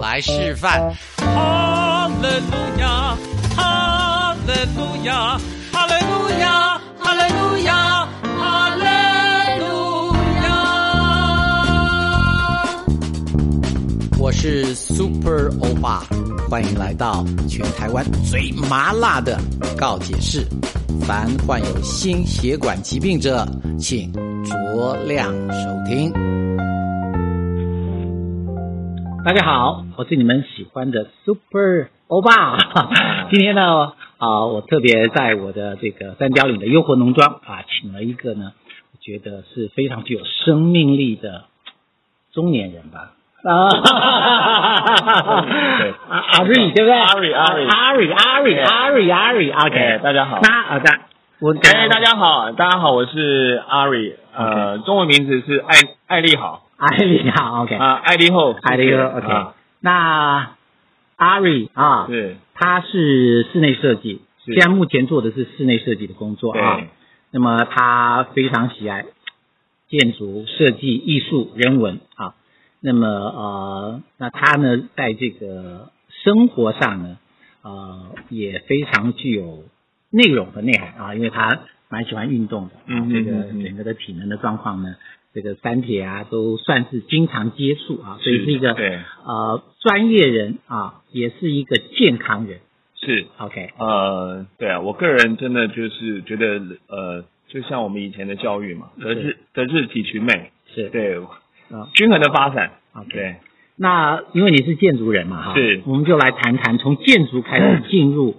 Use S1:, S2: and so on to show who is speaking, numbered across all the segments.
S1: 来示范。
S2: 哈利路亚，哈利路亚，哈利路亚，哈利路亚，哈利路亚。
S1: 我是 Super 欧巴，欢迎来到全台湾最麻辣的告解室。凡患有心血管疾病者，请酌量收听。大家好，我是你们喜欢的 Super 欧巴。 今天呢，啊，我特别在我的这个三貂岭的优活农庄啊，请了一个呢，我觉得是非常具有生命力的中年人吧。啊，
S3: 对
S1: 阿阿瑞对不对？
S3: 阿瑞阿瑞
S1: 阿瑞阿瑞阿瑞阿瑞，OK，
S3: 哎大家好
S1: 那好的，我
S3: 哎，大家好，大家好，我是阿瑞，呃中文名字是艾艾丽好
S1: 阿瑞好，OK，
S3: 啊，艾丽后，
S1: 阿瑞哥，OK，
S3: 啊
S1: 那阿瑞啊，
S3: 是
S1: 他是室内设计，
S3: 是
S1: 现在目前做的是室内设计的工作啊
S3: 对。
S1: 那么他非常喜爱建筑设计、艺术、人文啊。那么呃，那他呢，在这个生活上呢，呃，也非常具有内容和内涵啊，因为他蛮喜欢运动的啊。
S3: 嗯嗯
S1: 这个
S3: 嗯嗯
S1: 整个的体能的状况呢，这个三铁啊，都算是经常接触啊，所以
S3: 是
S1: 是一个
S3: 对
S1: 呃专业人啊，也是一个健康人。
S3: 是
S1: OK，
S3: 呃，对啊，我个人真的就是觉得呃，就像我们以前的教育嘛，德智德智体群美，
S1: 是
S3: 对，
S1: 啊
S3: 均衡的发展，
S1: ，OK。
S3: 对，
S1: 那因为你是建筑人嘛，哈，
S3: 是嗯
S1: 我们就来谈谈从建筑开始进入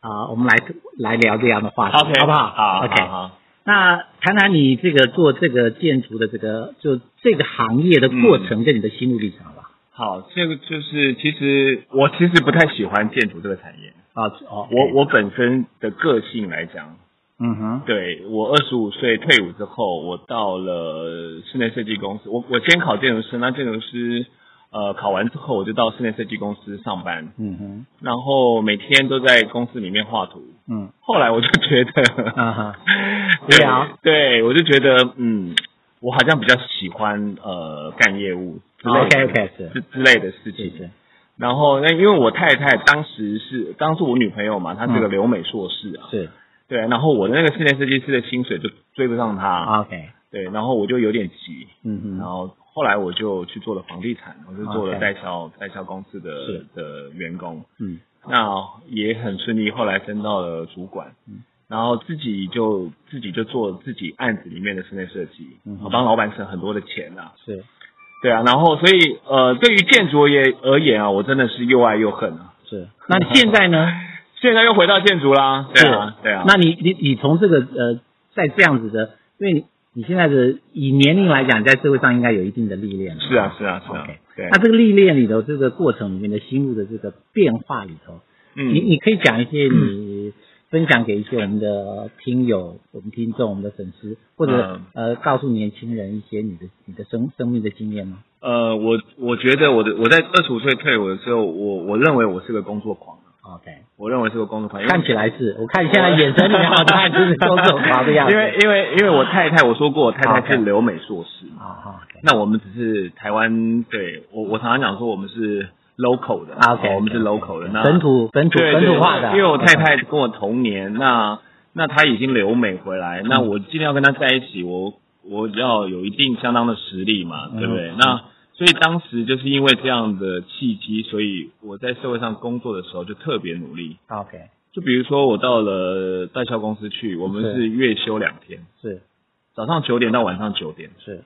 S1: 啊、我们来来聊这样的话题
S3: OK，
S1: 好不好？
S3: 好
S1: o k
S3: 好好
S1: 那谈谈你这个做这个建筑的这个就这个行业的过
S3: 嗯
S1: 程跟你的心路历程好吧？
S3: 好，这个就是其实我其实不太喜欢建筑这个产业，
S1: 啊，哦，
S3: 我我本身的个性来讲，
S1: 嗯哼，
S3: 对我二十五岁退伍之后，我到了室内设计公司。我我先考建筑师，那建筑师呃考完之后，我就到室内设计公司上班，
S1: 嗯哼，
S3: 然后每天都在公司里面画图。
S1: 嗯
S3: 后来我就觉得，
S1: 啊哈，
S3: 对
S1: 无聊
S3: 对我就觉得嗯，我好像比较喜欢呃干业务之类的
S1: OK，OK，是
S3: 之之类的事
S1: 谢
S3: 情。
S1: 谢，
S3: 然后那因为我太太当时是当时我女朋友嘛，她是个
S1: 嗯
S3: 留美硕士啊，
S1: 是
S3: 对，然后我的那个室内设计师的薪水就追不上她。
S1: OK，
S3: 对，然后我就有点急，
S1: 啊嗯
S3: 然
S1: 哼，
S3: 后后来我就去做了房地产，我就做
S1: OK
S3: 了代销代销公司的
S1: 是
S3: 的员工，
S1: 嗯
S3: 那也很顺利，后来升到了主管，
S1: 嗯
S3: 然后自己就自己就做自己案子里面的室内设计，
S1: 嗯哼
S3: 我帮老板省很多的钱啊，
S1: 是
S3: 对啊，然后所以呃，对于建筑业而言啊，我真的是又爱又恨啊，
S1: 是，那你现在呢？
S3: 现在又回到建筑啦，对啊
S1: 是
S3: 对啊，
S1: 那你你你从这个呃，在这样子的，因为你你现在的以年龄来讲，你在社会上应该有一定的历练了。
S3: 是啊是啊是啊
S1: OK，，
S3: 对，
S1: 那这个历练里头，这个过程里面的心路的这个变化里头，你
S3: 嗯
S1: 你可以讲一些你分享给一些我们的听友、我们听众、我们的粉丝，或者
S3: 嗯
S1: 呃，告诉年轻人一些你的你的生生命的经验吗？
S3: 呃，我我觉得我的我在二十五岁退伍的时候，我我认为我是个工作狂。啊
S1: OK，
S3: 我认为是个工作狂，因为
S1: 看起来是，我看你现在眼神里面好像还是工作狂的样 子。
S3: 因为因为因为我太太，我说过我太太是留美硕士嘛，
S1: 啊，OK，
S3: 那我们只是台湾，对我我常常讲说我们是 local 的
S1: 啊
S3: 哦
S1: OK，
S3: 我们是 local 的，那
S1: 本土本土
S3: 对对
S1: 本土化的，啊嗯
S3: 因为我太太跟我同年，那那她已经留美回来，
S1: 嗯
S3: 那我尽量跟她在一起，我我要有一定相当的实力嘛，对不对？
S1: 嗯
S3: 那所以当时就是因为这样的契机，所以我在社会上工作的时候就特别努力。
S1: OK
S3: 就比如说我到了代销公司去，我们
S1: 是
S3: 是月休两天，
S1: 是
S3: 早上九点到晚上九点，
S1: 是，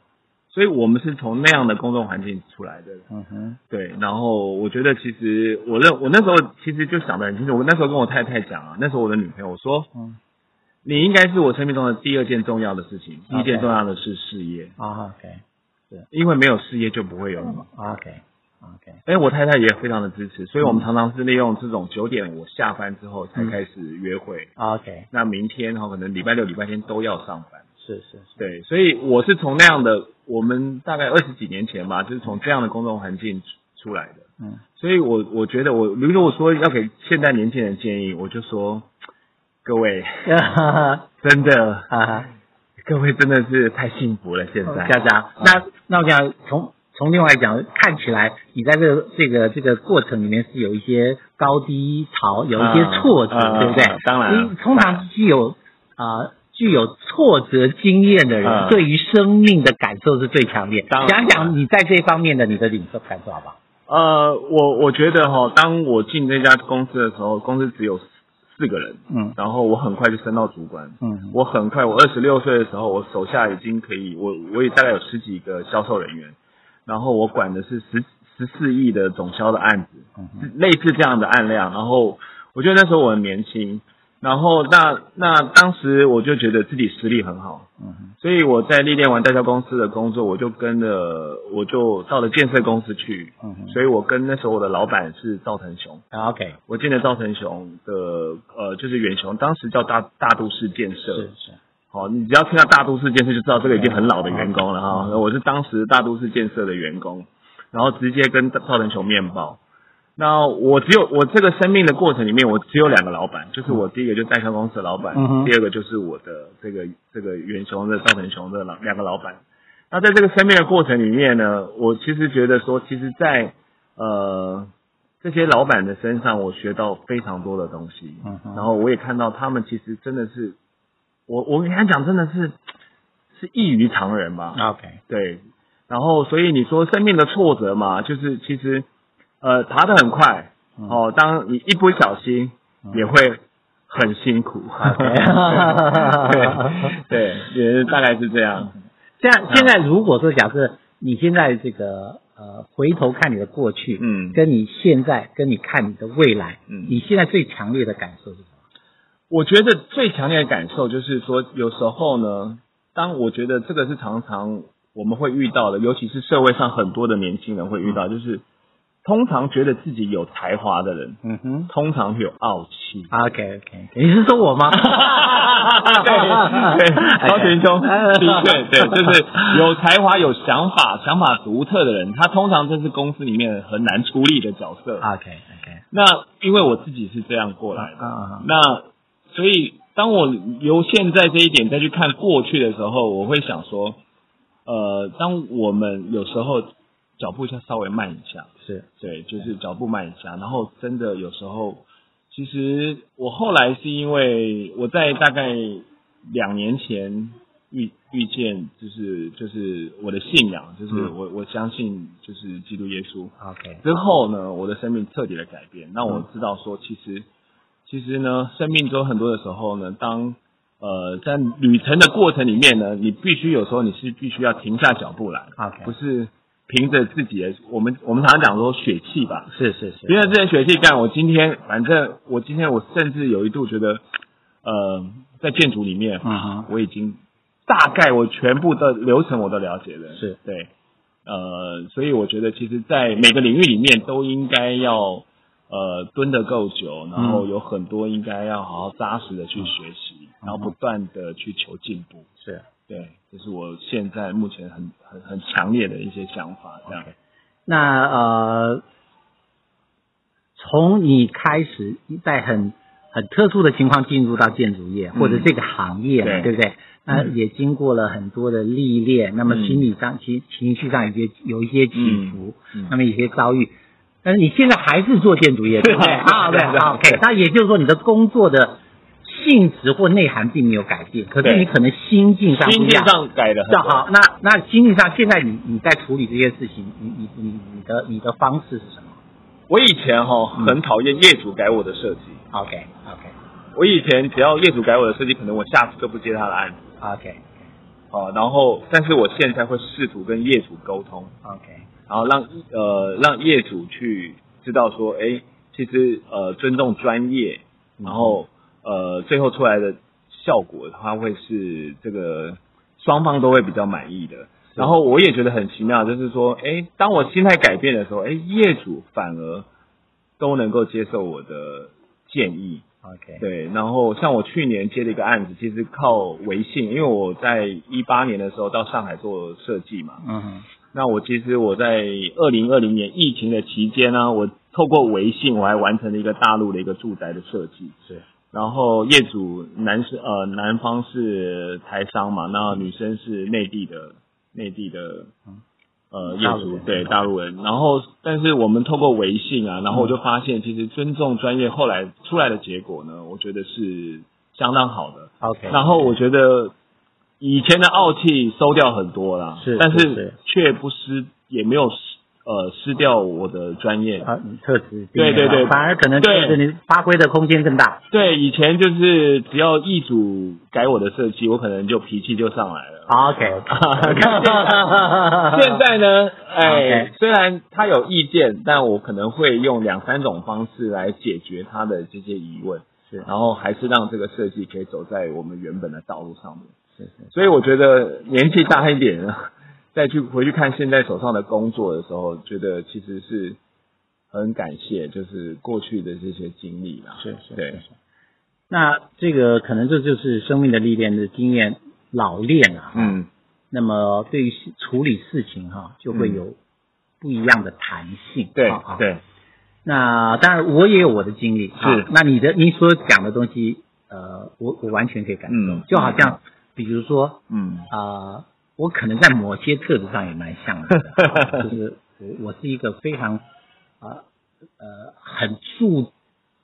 S3: 所以我们是从那样的工作环境出来的。
S1: 嗯哼，
S3: 对，然后我觉得其实我认我那时候其实就想得很清楚，我那时候跟我太太讲啊，那时候我的女朋友我说，
S1: 嗯
S3: 你应该是我生命中的第二件重要的事情，第
S1: OK
S3: 一件重要的是事业，
S1: 啊 OK 啊
S3: 因为没有事业就不会有你。
S1: OK OK
S3: 哎，我太太也非常的支持，所以我们常常是利用这种九点我下班之后才开始约会，
S1: 啊 OK，
S3: 那明天哈可能礼拜六、礼拜天都要上班。
S1: 是是是，
S3: 对，所以我是从那样的，我们大概二十几年前吧，就是从这样的公众环境出出来的。
S1: 嗯
S3: 所以我我觉得我如果说要给现在年轻人建议，我就说，各位
S1: 哈哈
S3: 真的，
S1: 哈哈，哦
S3: 各位真的是太幸福了，现在。
S1: 啊
S3: 哦
S1: 家长，那那我想从从另外讲，看起来你在这个这个这个过程里面是有一些高低潮，有一些
S3: 嗯
S1: 挫折，
S3: 嗯
S1: 对不对？
S3: 嗯当然
S1: 你通常具有啊、呃具有挫折经验的人，
S3: 嗯
S1: 对于生命的感受是最强烈。
S3: 当然啊
S1: 讲讲你在这方面的你的领受感受，好不好？
S3: 呃，我我觉得哈、当我进这家公司的时候，公司只有四个人，
S1: 嗯
S3: 然后我很快就升到主管。
S1: 嗯
S3: 我很快，我二十六岁的时候，我手下已经可以，我我也大概有十几个销售人员，然后我管的是十十四亿的总销的案子，
S1: 嗯哼
S3: 类似这样的案量。然后我觉得那时候我很年轻，然后那那当时我就觉得自己实力很好，
S1: 嗯哼
S3: 所以我在历练完代销公司的工作，我就跟着我就到了建设公司去，
S1: 嗯哼
S3: 所以我跟那时候我的老板是赵腾雄，
S1: 啊，OK，
S3: 我进了赵腾雄的呃就是远雄，当时叫大大都市建设
S1: 是，是，
S3: 好、你只要听到大都市建设就知道这个已经很老的员工了哈、
S1: 嗯
S3: 那我是当时大都市建设的员工，然后直接跟赵腾雄面报。那我只有我这个生命的过程里面，我只有两个老板，就是我第一个就是代销公司的老板，
S1: 嗯哼
S3: 第二个就是我的这个这个远雄的赵腾雄的老两个老板。那在这个生命的过程里面呢，我其实觉得说，其实在呃这些老板的身上，我学到非常多的东西。
S1: 嗯哼
S3: 然后我也看到他们其实真的是，我我跟他讲，真的是是异于常人吧。
S1: ，OK，
S3: 对，然后所以你说生命的挫折嘛，就是其实呃爬得很快，
S1: 嗯
S3: 哦，当你一不小心、
S1: 嗯
S3: 也会很辛 苦。
S1: OK
S3: 对对，也是大概是这样。
S1: 现
S3: 啊
S1: 在现在如果说假设你现在这个呃回头看你的过去，
S3: 嗯
S1: 跟你现在跟你看你的未来，
S3: 嗯
S1: 你现在最强烈的感受是什么？
S3: 我觉得最强烈的感受就是说，有时候呢，当我觉得这个是常常我们会遇到的，尤其是社会上很多的年轻人会遇到，就是通常觉得自己有才华的人，
S1: 嗯哼
S3: 通常会有傲气。
S1: ，OK OK，你是说我吗？
S3: 对
S1: 哎
S3: 对，高群兄，的确，对，就是 有才华、有想法、想法独特的人，他通常这是公司里面很难出力的角色。
S1: OK OK，
S3: 那因为我自己是这样过来的，
S1: 啊
S3: 那所以当我由现在这一点再去看过去的时候，我会想说，呃，当我们有时候脚步要稍微慢一下，
S1: 是
S3: 对，就是脚步慢一下，然后真的有时候，其实我后来是因为我在大概两年前遇遇见，就是就是我的信仰，就是
S1: 嗯啊
S3: 我、我相信就是基督耶稣，
S1: OK，
S3: 之后呢，我的生命彻底的改变，让我知道说，其实其实呢，生命中很多的时候呢，当呃在旅程的过程里面呢，你必须有时候你是必须要停下脚步来
S1: OK
S3: 不是凭着自己的，我们我们常常讲说血气吧，
S1: 是是是，
S3: 因为这些血气干，我今天反正我今天我甚至有一度觉得，呃，在建筑里面，
S1: 嗯哼
S3: 我已经大概我全部的流程我都了解了，
S1: 是
S3: 对，呃，所以我觉得其实，在每个领域里面都应该要呃蹲得够久，然后有很多应该要好好扎实的去学习，然后不断的去求进步，
S1: 是
S3: 对，这是我现在目前很很很强烈的一些想法，这样。
S1: OK。那呃，从你开始在很很特殊的情况进入到建筑业或者这个行业嘛，
S3: 嗯对
S1: 对不对？那
S3: 嗯
S1: 也经过了很多的历练，那么
S3: 嗯
S1: 心理上、情情绪上有些有一些起伏，
S3: 嗯嗯
S1: 那么有些遭遇。但是你现在还是做建筑业，对不对？
S3: 是啊
S1: 啊，对
S3: 是啊是啊
S1: ，OK
S3: 对。
S1: 那也就是说，你的工作的性质或内涵并没有改变，可是
S3: 对
S1: 你可能心境上不一
S3: 心
S1: 样
S3: 境上改的很
S1: 那
S3: 多
S1: 好，那那心理上，现在你你在处理这件事情，你你你你的你的方式是什么
S3: 我以前哈、
S1: 嗯
S3: 很讨厌业主改我的设计，
S1: ？OK OK
S3: 我以前只要业主改我的设计，可能我下次就不接他的案子
S1: OK
S3: 啊。然后，但是我现在会试图跟业主沟通，
S1: OK
S3: 然后让呃让业主去知道说，哎，其实呃尊重专业，然后呃最后出来的效果，它会是这个双方都会比较满意的。然后我也觉得很奇妙，就是说，哎，当我心态改变的时候，哎，业主反而都能够接受我的建议。
S1: OK
S3: 对，然后像我去年接了一个案子，其实靠微信，因为我在一八年的时候到上海做设计嘛，
S1: 嗯哼
S3: 那我其实我在二零二零年疫情的期间呢，我透过微信我还完成了一个大陆的一个住宅的设计，
S1: 是
S3: 然后业主男是呃男方是台商嘛，那女生是内地的内地的呃业
S1: 嗯大陆
S3: 主
S1: 人嗯
S3: 对大陆人，然后但是我们透过微信啊，然后我就发现其实尊重专业后来出来的结果呢，我觉得是相当好的。
S1: OK，
S3: 然后我觉得以前的傲气收掉很多啦，
S1: 是
S3: 但
S1: 是是
S3: 却不失也没有失呃失掉我的专业。
S1: 啊，你特质低
S3: 对对
S1: 了
S3: 对
S1: 啊反而可能
S3: 对
S1: 就是你发挥的空间更大。
S3: 对，以前就是只要易主改我的设计，我可能就脾气就上来了。
S1: OK，
S3: 现在呢，哎
S1: OK，
S3: 虽然他有意见，但我可能会用两三种方式来解决他的这些疑问，
S1: 是
S3: 然后还是让这个设计可以走在我们原本的道路上面。
S1: 是是
S3: 所以我觉得年纪大一点， 再去回去看现在手上的工作的时候，觉得其实是很感谢，就是过去的这些经历啦。
S1: 是是
S3: 对，
S1: 那这个可能这就是生命的历练的经验老练啊，
S3: 嗯，
S1: 那么对于处理事情哈、就会有不一样的弹性。
S3: 嗯对
S1: 啊啊
S3: 对，
S1: 那当然，我也有我的经历。
S3: 是
S1: 啊那你的你所讲的东西，呃，我我完全可以感受。
S3: 嗯
S1: 就好像，比如说，
S3: 嗯，
S1: 呃，我可能在某些特质上也蛮像 的，啊就是我我是一个非常，呃呃，很注、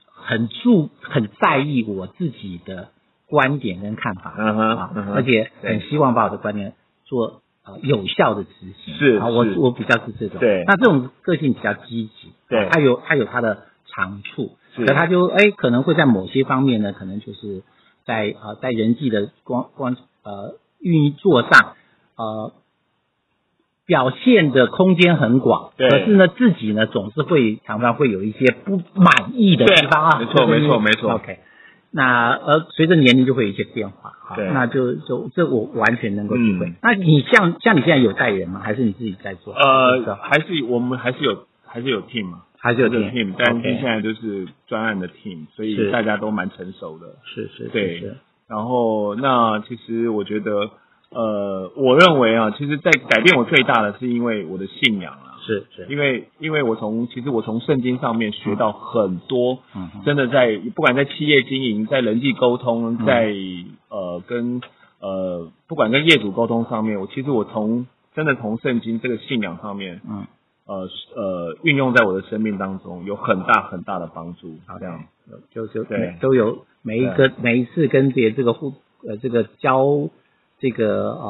S1: 很注、很在意我自己的观点跟看法，
S3: 嗯哼
S1: 啊
S3: 嗯哼
S1: 而且
S3: 对
S1: 很希望把我的观点做呃有效的执行。
S3: 是
S1: 啊，我
S3: 是
S1: 我比较是这种。
S3: 对
S1: 那这种个性比较积极，
S3: 对
S1: 他有他有他的长处，
S3: 是
S1: 可他就哎可能会在某些方面呢，可能就是在呃在人际的光光呃运作上呃表现的空间很广，
S3: 对
S1: 可是呢自己呢总是会常常会有一些不满意的
S3: 对
S1: 地方啊，
S3: 没错
S1: 就是
S3: 没错没错
S1: OK。那呃，随着年龄就会有一些变化啊，
S3: 对
S1: 那就就这我完全能够体会。
S3: 嗯
S1: 那你像像你现在有带人吗？还是你自己在做？不知
S3: 呃，
S1: 道
S3: 还是我们还是有还是有 team 嘛，
S1: 还是有
S3: team，但是
S1: OK
S3: 现在就是专案的 team，所以
S1: 是
S3: 大家都蛮成熟的。
S1: 是是
S3: 对
S1: 是是，
S3: 然后那其实我觉得，呃，我认为啊，其实在改变我最大的是因为我的信仰啊，
S1: 是是，
S3: 因为因为我从其实我从圣经上面学到很多，
S1: 嗯哼
S3: 真的在不管在企业经营、在人际沟通、
S1: 嗯
S3: 在、呃跟呃不管跟业主沟通上面，我其实我从真的从圣经这个信仰上面，
S1: 嗯，
S3: 呃呃运用在我的生命当中有很大很大的帮助，
S1: 好
S3: 这
S1: 的
S3: 样，
S1: 就就
S3: 对
S1: 每都有每一个每一次跟别这个互呃这个交这个啊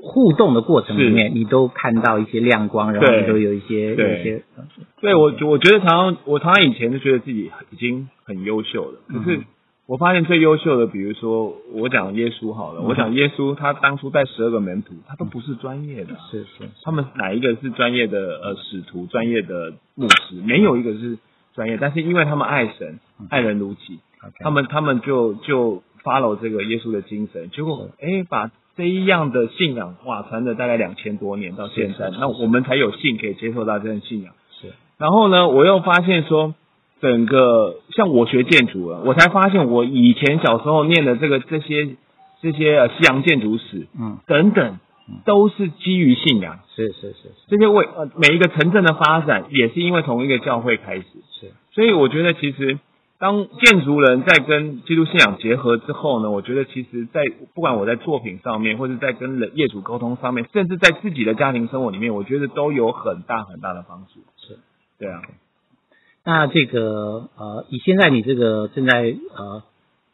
S1: 互动的过程里面，你都看到一些亮光，然后
S3: 对
S1: 你都有一些有
S3: 对
S1: 一些呃
S3: 对我我觉得常常我常常以前就觉得自己已经很优秀了，可
S1: 嗯
S3: 是我发现最优秀的，比如说我讲耶稣好了，
S1: 嗯
S3: 我讲耶稣他当初带十二个门徒，他都不是专业的啊，
S1: 是是
S3: 他们哪一个是专业的呃使徒、专业的牧师，没有一个是专业，但是因为他们爱神、爱人如己，
S1: 嗯，OK，
S3: 他们他们就就 follow 这个耶稣的精神，结果哎把这一样的信仰哇传了大概两千多年到现在
S1: 是是，
S3: 那我们才有幸可以接受到这份信仰。
S1: 是
S3: 然后呢，我又发现说，整个像我学建筑啊，我才发现我以前小时候念的这个这些这些呃西洋建筑史
S1: 嗯
S3: 等等，都是基于信仰。
S1: 是是是
S3: 这些为呃每一个城镇的发展，也是因为同一个教会开始。
S1: 是
S3: 所以我觉得，其实当建筑人在跟基督信仰结合之后呢，我觉得其实在不管我在作品上面，或者在跟人业主沟通上面，甚至在自己的家庭生活里面，我觉得都有很大很大的帮助。
S1: 是。
S3: 对啊，
S1: 那这个呃，以现在你这个正在呃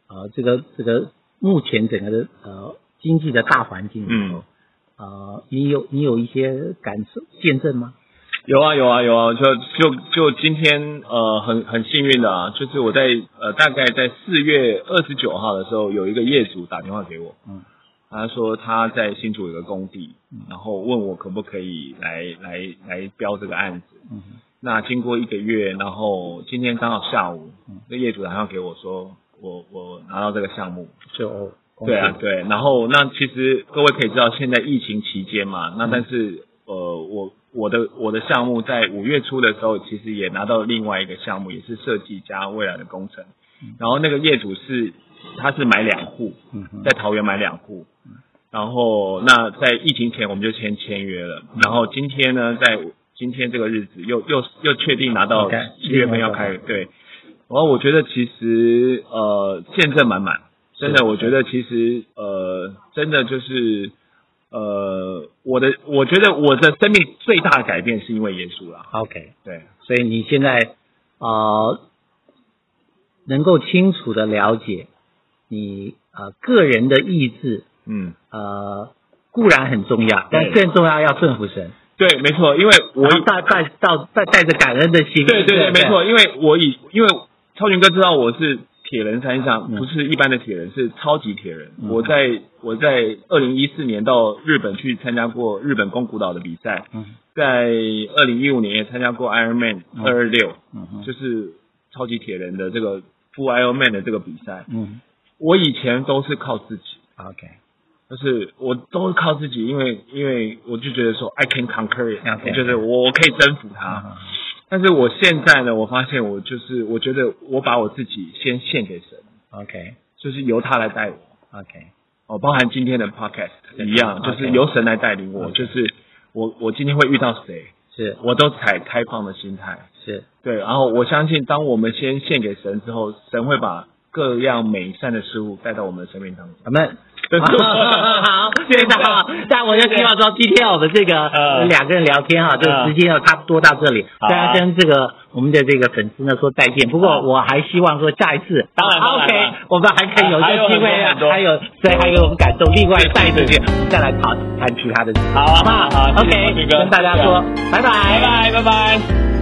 S1: 呃这个这个目前整个的呃经济的大环境
S3: 嗯
S1: 里头，呃，你有你有一些感受见证吗？
S3: 有啊有啊有啊，就就就今天呃很很幸运的啊，就是我在呃大概在四月二十九号的时候，有一个业主打电话给我，
S1: 嗯，
S3: 他说他在新竹有个工地，然后问我可不可以来来来标这个案子。
S1: 嗯
S3: 那经过一个月，然后今天刚好下午，
S1: 嗯
S3: 那业主打电话给我说，我我拿到这个项目，
S1: 就
S3: 对啊，，对，然后那其实各位可以知道，现在疫情期间嘛，那但是、呃，我我的我的项目在五月初的时候，其实也拿到另外一个项目，也是设计加未来的工程。然后那个业主是他是买两户，
S1: 嗯哼
S3: 在桃园买两户，然后那在疫情前我们就先签约了，然后今天呢，在今天这个日子又又又确定拿到
S1: OK，
S3: 七月份要开，对，然后哦我觉得其实呃见证满满，真的，我觉得其实呃真的就是呃，我的我觉得我的生命最大的改变是因为耶稣啦。
S1: OK，
S3: 对，
S1: 所以你现在呃能够清楚的了解你呃个人的意志
S3: 嗯，
S1: 呃固然很重要，但
S3: 对
S1: 更重要要顺服神，
S3: 对，没错，因为我
S1: 然后带带到带带着感恩的心，
S3: 对对对，
S1: 不
S3: 没错，因为我以因为超群哥知道我是铁人三项，
S1: 嗯
S3: 不是一般的铁人，是超级铁人。
S1: 嗯
S3: 我在我在二零一四年到日本去参加过日本宫古岛的比赛，
S1: 嗯
S3: 在二零一五年也参加过 Ironman
S1: 嗯
S3: 二二六，
S1: 嗯哼
S3: 就是超级铁人的这个 Full Ironman 的这个比赛。
S1: 嗯
S3: 我以前都是靠自己，
S1: ，OK，
S3: 就是我都是靠自己，因为因为我就觉得说 I can conquer it，、
S1: OK
S3: 就是我我可以征服它。
S1: 嗯
S3: 但是我现在呢，我发现我就是，我觉得我把我自己先献给神，
S1: ，OK
S3: 就是由他来带我。
S1: OK，
S3: 哦，包含今天的 podcast 一样，
S1: 嗯 OK
S3: 就是由神来带领我。
S1: OK
S3: 就是我，我今天会遇到谁，
S1: 是
S3: 我都采开放的心态。
S1: 是
S3: 对，然后我相信，当我们先献给神之后，神会把各样美善的事物带到我们的生命当 中。
S1: 我们。
S3: 对
S1: 好，非常好。但我就希望说，今天我们这个
S3: 呃
S1: 两个人聊天哈，这个
S3: 呃
S1: 时间又差不多到这里，
S3: 好啊
S1: 大家跟这个我们的这个粉丝呢说再见。不过我还希望说下一次，
S3: 当然当然
S1: OK，
S3: 当然
S1: 我们还可以有一
S3: 还有
S1: 个
S3: 很
S1: 机
S3: 多
S1: 会啊
S3: 很，多
S1: 还有所以还有我们感动。另外下一次
S3: 对对
S1: 再来讨谈其他的事情，
S3: 好啊
S1: 好不
S3: 好谢谢
S1: ？OK，
S3: 黄俊哥
S1: 跟大家
S3: 谢谢
S1: 说拜拜，
S3: 拜拜拜。